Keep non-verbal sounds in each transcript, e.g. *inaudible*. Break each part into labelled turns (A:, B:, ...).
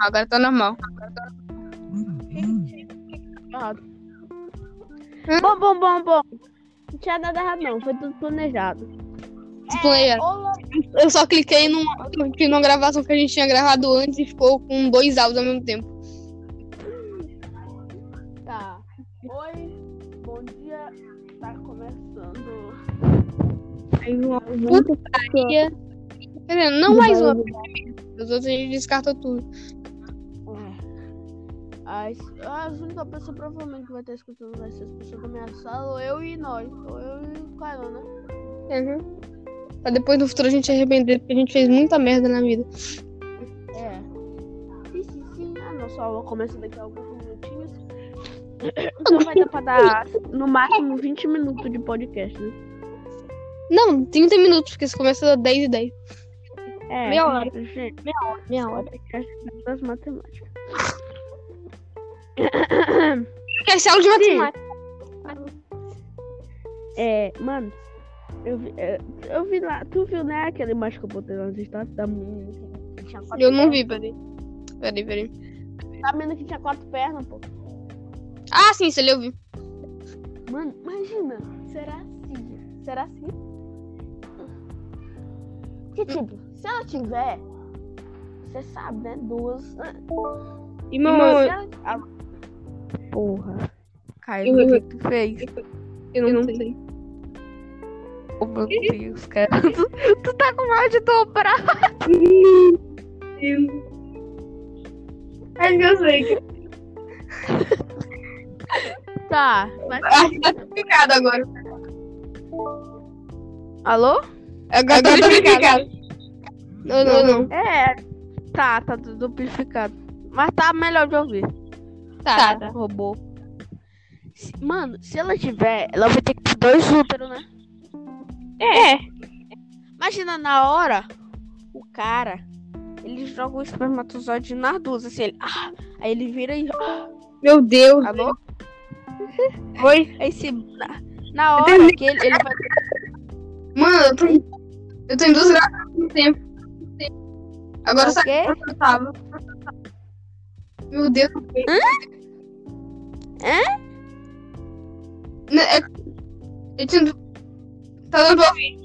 A: Agora tô normal.
B: Gente,
A: Ah.
B: errado. Bom, bom, bom, bom. Não tinha nada errado, não. Foi tudo planejado.
A: Tipo, é,
B: Olá.
A: eu só cliquei numa, cliquei numa gravação que a gente tinha gravado antes e ficou com dois áudios ao mesmo tempo.
B: Tá. Oi, bom dia. Tá começando.
A: Puta putaria. Quer dizer, Não mais uma, os outros a gente descartou tudo.
B: É. As, as únicas pessoas provavelmente que vai estar escutando vai ser as pessoas da minha sala, ou eu e nós, ou eu e né? o Carona.
A: Uhum. Pra depois no futuro a gente arrepender, porque a gente fez muita merda na vida.
B: É. Ah, Sim, sim, sim. A nossa aula começa daqui a alguns
A: *coughs*
B: minutinhos. Então vai dar pra dar no máximo 20 minutos de podcast, né?
A: Não, 30 minutos, porque isso começa às 10 e 10.
B: É,
A: Meia hora.
B: Gente,
A: Minha hora.
B: podcast é das matemáticas.
A: Quer ser aula de matemática?
B: É, mano, eu vi, é, eu vi lá, tu viu, né, aquela imagem que eu botei lá nos status da menina que tinha quatro
A: Eu não vi, peraí. Peraí, peraí.
B: pernas, da menina que tinha quatro pernas, pô.
A: Ah, sim, você leu, vi.
B: Mano, imagina, será assim, será assim? Que tipo, se ela tiver, você sabe, né, duas... né?
A: E
B: Mas
A: mamãe,
B: se ela- Ah, Porra.
C: Caio, o que que tu fez?
A: eu não, sei.
C: Oh, meu Deus, cara. *laughs* Tu, tu tá com mal de dobrar.
A: Mas eu sei que
B: Tá, mas...
A: tá explicado agora.
B: Alô?
A: Agora, tá explicado. né? Não, não, não.
B: É, tá, tá tudo duplificado. Mas tá melhor de ouvir.
A: Tá, tá.
B: robô. Se- Mano, se ela tiver, ela vai ter que ter dois úteros, né?
A: É.
B: Imagina na hora, o cara, ele joga o espermatozoide nas duas, assim, ele, ah, aí ele vira e
A: Meu Deus.
B: alô?
A: Oi?
B: Aí se na, na hora que ele, ele vai
A: Mano, eu tô, eu tô em duas graças ao mesmo tempo. Agora
B: o
A: sabe
B: quê?
A: onde eu tava. Meu Deus. Hã? Hã? Né, é- Eu tinha... Tá dando pra ouvir.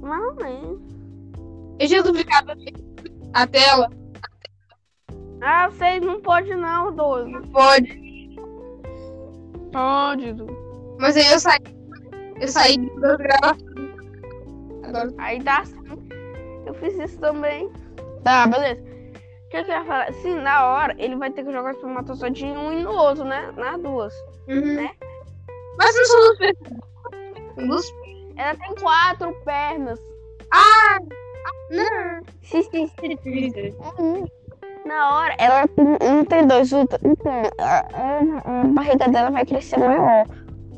B: Não, né?
A: Eu tinha duplicado a tela.
B: Ah, vocês não pode não, doido.
A: Pode.
B: Pode, doido.
A: Mas aí eu saí. Eu saí das gravações. Agora
B: Aí dá sim. Eu fiz isso também. Tá, beleza. O que eu queria falar? Sim, na hora ele vai ter que jogar o espermatozoide em um e no outro, né? Nas duas. Né?
A: Uhum. Mas não são duas pessoas. São duas
B: Ela tem quatro pernas.
A: Não.
B: Sim, sim, sim. Na hora, ela tem- não tem dois úteros. Então, a, a- a barriga dela vai crescer maior.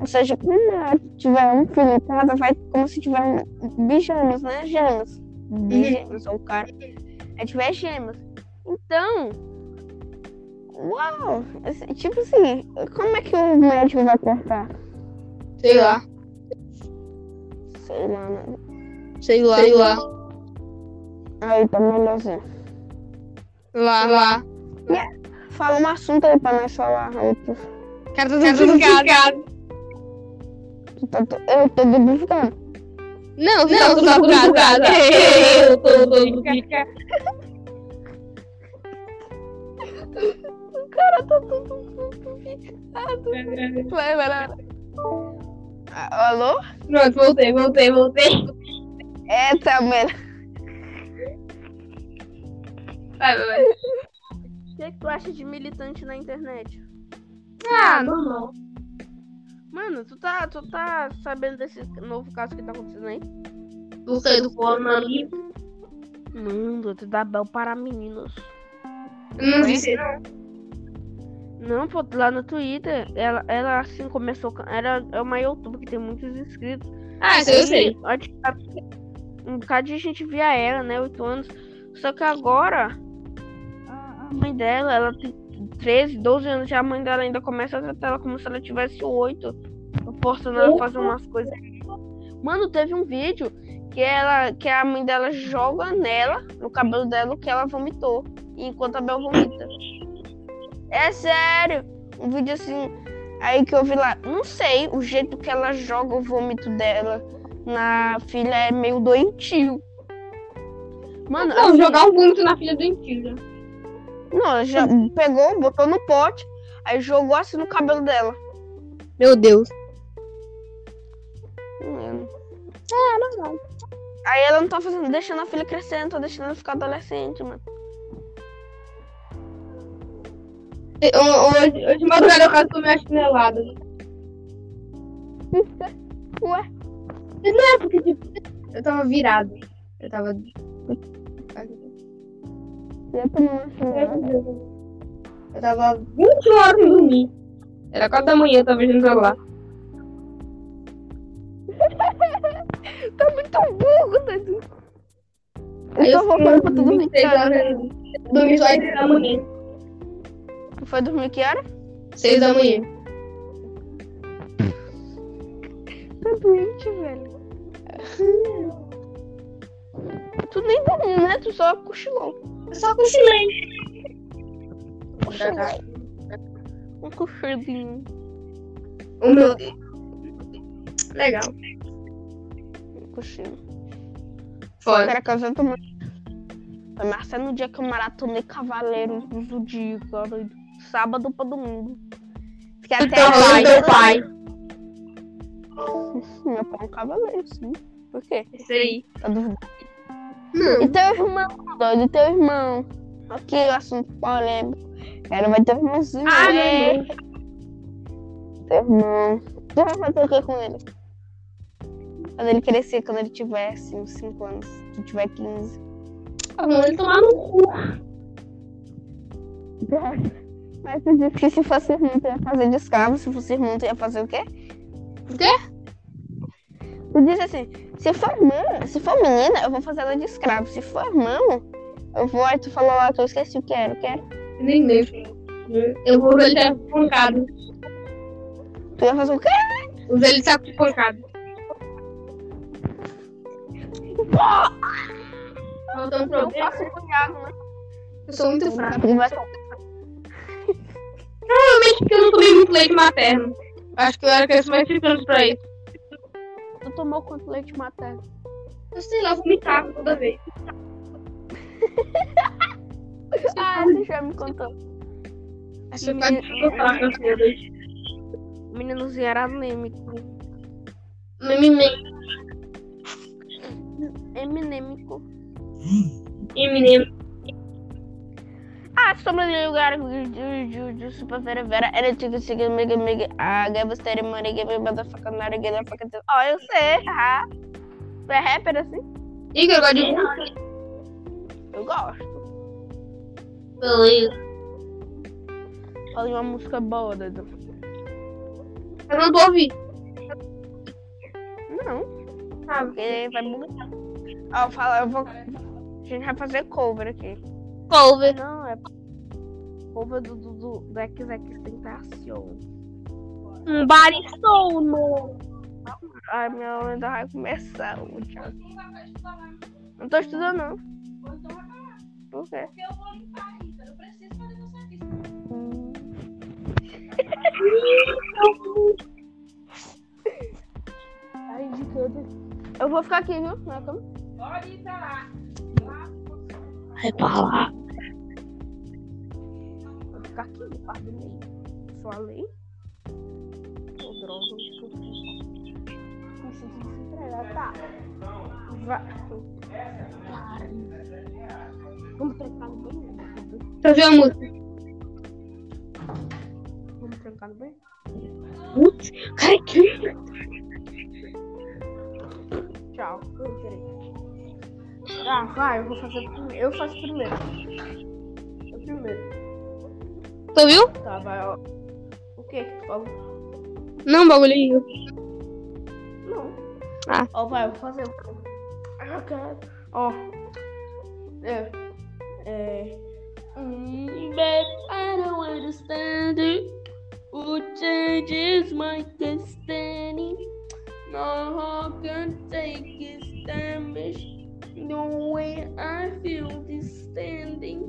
B: Ou seja, quando ela tiver um filho, então ela vai como se tiver um bijanos, né? Gêmeos. Gêmeos, ou cara. Ela tiver É gêmeos. Então. Uau! assim, Tipo assim, como é que o médico vai cortar?
A: Sei lá.
B: Sei lá, né?
A: Sei lá. Sei lá.
B: Aí tá melhorzinho.
A: Lá, lá.
B: Fala um assunto aí pra nós falar. outro.
A: Cara, tá duplicado.
B: Tu tá- tu- Eu tô duvidando.
A: Não, não, tá *laughs* duplicado. Eu tô duplicado.
B: tá Vai, vai lá. Ah, Alô?
A: Pronto, voltei, voltei, voltei.
B: É, tá, mano.
A: Vai, vai, vai.
B: O que, que tu acha de militante na internet?
A: Ah, normal.
B: Mano, tu tá, tu tá sabendo desse novo caso que tá acontecendo aí?
A: Do rei do é. coronavírus.
B: Mano, tu dá bel para meninos.
A: Não vi se não.
B: Não, pô, lá no Twitter, ela, ela assim começou. com- Ela é uma youtuber que tem muitos inscritos.
A: Ah, isso eu sei.
B: E, acho que tá- Um bocado de gente via ela, né? Oito anos. Só que agora, a a mãe dela, ela tem 13, 12 anos. E a mãe dela ainda começa a tratar ela como se ela tivesse 8. Forçando ela a fazer umas coisas. Mano, teve um vídeo que ela que a mãe dela joga nela, no cabelo dela, o que ela vomitou. enquanto a Bel vomita. É sério. Um vídeo assim. Aí que eu vi lá. Não sei, o jeito que ela joga o vômito dela na filha é meio doentio. Mano,
A: Não,
B: assim,
A: jogar um vômito na filha doentia.
B: não, ela já pegou, botou no pote, aí jogou assim no cabelo dela.
D: Meu Deus.
B: Hum. Aí ela não tá fazendo, deixando a filha crescer, não tá deixando ela ficar adolescente, mano.
A: Eu- Hoje, hoje de madrugada eu quase tomei uma chinelada.
B: Ué?
A: Não é porque, tipo, eu tava virado. Eu tava. Eu tava 21 horas sem dormir. Era 4 da manhã, eu tava vendo lá.
B: Tá muito burro, tá Dudu. Eu,
A: Eu
B: tô voltando pra tudo
A: dormi
B: mundo.
A: 6 horas. Dormi só 6 da manhã.
B: Tu foi dormir que hora?
A: 6 da manhã.
B: Tá doente, velho. Tu nem dormiu, né? Tu só cochilou.
A: Só com chinelo.
B: Um cochilinho.
A: O meu. Legal.
B: Um cochilo.
A: Foda.
B: Cara, que eu já tô muito... Mas até no dia que eu maratonei Cavaleiro do dia, cara. Sábado pra domingo. Fiquei até
A: Tá falando
B: tarde.
A: teu pai.
B: Meu pai é um cavaleiro, sim. Por quê?
A: Isso aí.
B: Tá duvidando?
A: Não.
B: E teu irmão, doido, e teu irmão. Aqui o assunto polêmico. Era vai ter um irmãozinho.
A: Ah,
B: né?
A: não.
B: Teu irmão. Tu vai fazer o que com ele? Quando ele crescer, quando ele tiver assim, uns 5 anos, que tiver 15.
A: Vamos ele tomar no cu.
B: *laughs* Mas tu disse que se fosse irmão, tu ia fazer de escravo. Se fosse irmão, tu ia fazer o quê?
A: O quê?
B: Tu disse assim, se for irmã, se for menina, eu vou fazer ela de escravo. Se for irmão, eu vou. Aí tu falou lá que eu esqueci o que era, o que era.
A: Nem lembro. Eu vou usar ele de saco de pancada.
B: Tu ia fazer o quê?
A: Usar ele de saco de pancada. Faltando
B: Eu
A: um problema.
B: faço cunhado, né?
A: Eu sou muito fraca.
B: Tu vai falar,
A: Provavelmente porque eu não tomei muito leite materno. Acho que eu era criança mais ficando pra isso.
B: Tu tomou quanto leite materno?
A: Eu sei lá, vomitava toda vez.
B: Ah, tu já me contou.
A: Acho que eu quase fico fraca assim, meu Deus.
B: O meninozinho era anêmico.
A: Mimimim,
B: Eminêmico.
A: mimimim.
B: Ah, sobre o lugar de Super Vera Vera. Era tipo assim, tica tica mega mega. Ah, gabastere money game motherfucker nada game motherfucker. Ó, eu sei. Ah. Tu é rapper assim?
A: Igor, eu gosto de música.
B: Eu gosto.
A: Beleza.
B: Fala de uma música boa, Dudu.
A: Eu não tô ouvindo.
B: Não,
A: Ah,
B: porque vai bugar. Ó, fala, eu vou. A gente vai fazer cover aqui.
D: Cover.
B: Não, é. Cover do Dudu Dex X tá Tentacion.
D: Um baristono.
B: Ai, minha aula ainda vai começar. ô, Tchau. Não tô estudando, não. então Por quê? Ai, de tudo. Eu vou ficar aqui, viu? é Na cama.
D: Vai pra lá.
B: Vou ficar aqui no quarto do meio. Só a lei. Ô, droga, eu tô Preciso se entregar, tá? Vai. Para. Vamos trancar no banheiro.
A: Deixa eu ver a música.
B: Vamos trancar no banheiro.
D: Putz, cara, que
B: Tchau. Ui, peraí. Ah, vai, eu vou fazer primeiro. Eu faço primeiro. Eu primeiro.
A: Tu viu?
B: Tá, vai, ó. O que que tu falou?
A: Não, bagulho.
B: Não.
A: Ah.
B: Ó, vai, eu vou fazer. Ah, cara. Ó. É. É.
D: Eh, mm, I don't understand it. O change is my destiny. No one can take his damage. No way I feel this standing.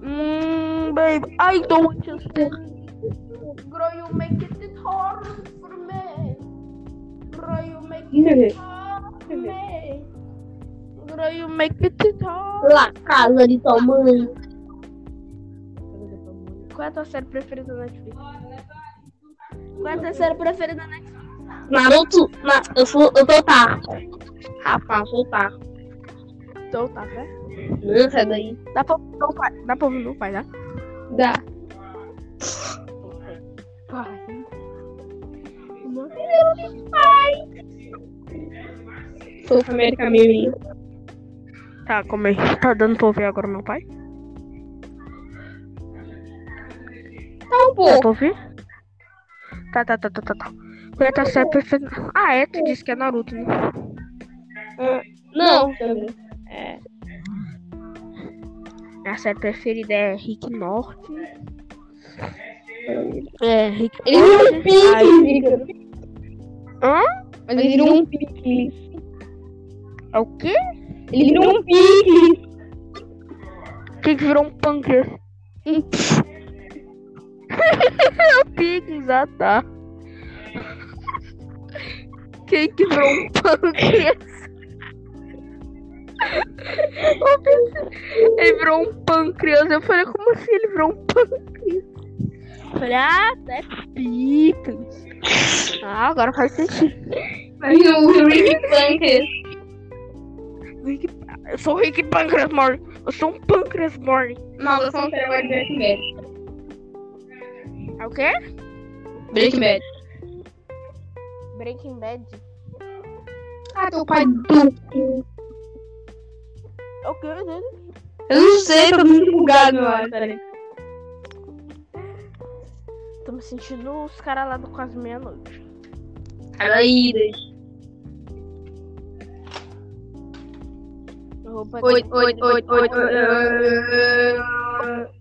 D: Mm,
B: Mmm, babe, I don't understand. Girl, you make it hard for me. Girl, you make it hard for me. Girl, you make it hard.
E: La casa de tua mãe.
B: Qual é a tua série preferida da Netflix? Qual é a tua série preferida da Netflix?
E: Naruto, na, eu sou, eu tô tá.
B: Rapaz, voltar. Então tá, né?
E: Não, sai daí.
B: Dá pra ouvir o pai, dá pra ouvir meu pai, né?
E: Dá.
B: Pai.
E: Sou América Mimi.
B: Tá, como é? Tá dando pra ouvir agora meu pai?
E: Tá um
B: Dá
E: pouco.
B: pra ouvir? Tá, tá, tá, tá, tá. tá. Qual é a tua série preferida? Ah, é, tu disse que é Naruto, né?
E: Não.
B: Minha série preferida é Rick Morty. É, Rick
E: Ele virou um pique.
B: Hã?
A: Mas ele virou um
B: É o quê?
E: Ele virou um pique.
B: Quem que virou um pâncreas? *laughs* Um pig, ah tá. Quem que virou um pâncreas? Eu pensei- Ele virou um pâncreas. Eu falei, como assim ele virou um pâncreas? Eu falei, ah, tá, é picles. Ah, agora faz sentido.
A: Mas o Rick Bunker.
B: Rick- Eu sou o Rick Pâncreas Morning. Eu sou um pâncreas Morning.
A: Não, eu sou um trabalho de Breaking Bad.
B: É o quê?
A: Breaking Bad.
F: Breaking Bad.
A: Ah, teu pai do...
B: É o quê, né?
A: Eu não sei, tô muito bugado, mano. Peraí.
B: Tô me sentindo os caras lá do Quase Meia-Noite.
A: Peraí,
B: Eu vou bater-
A: Oi, oi, oi, oi, oi, oi.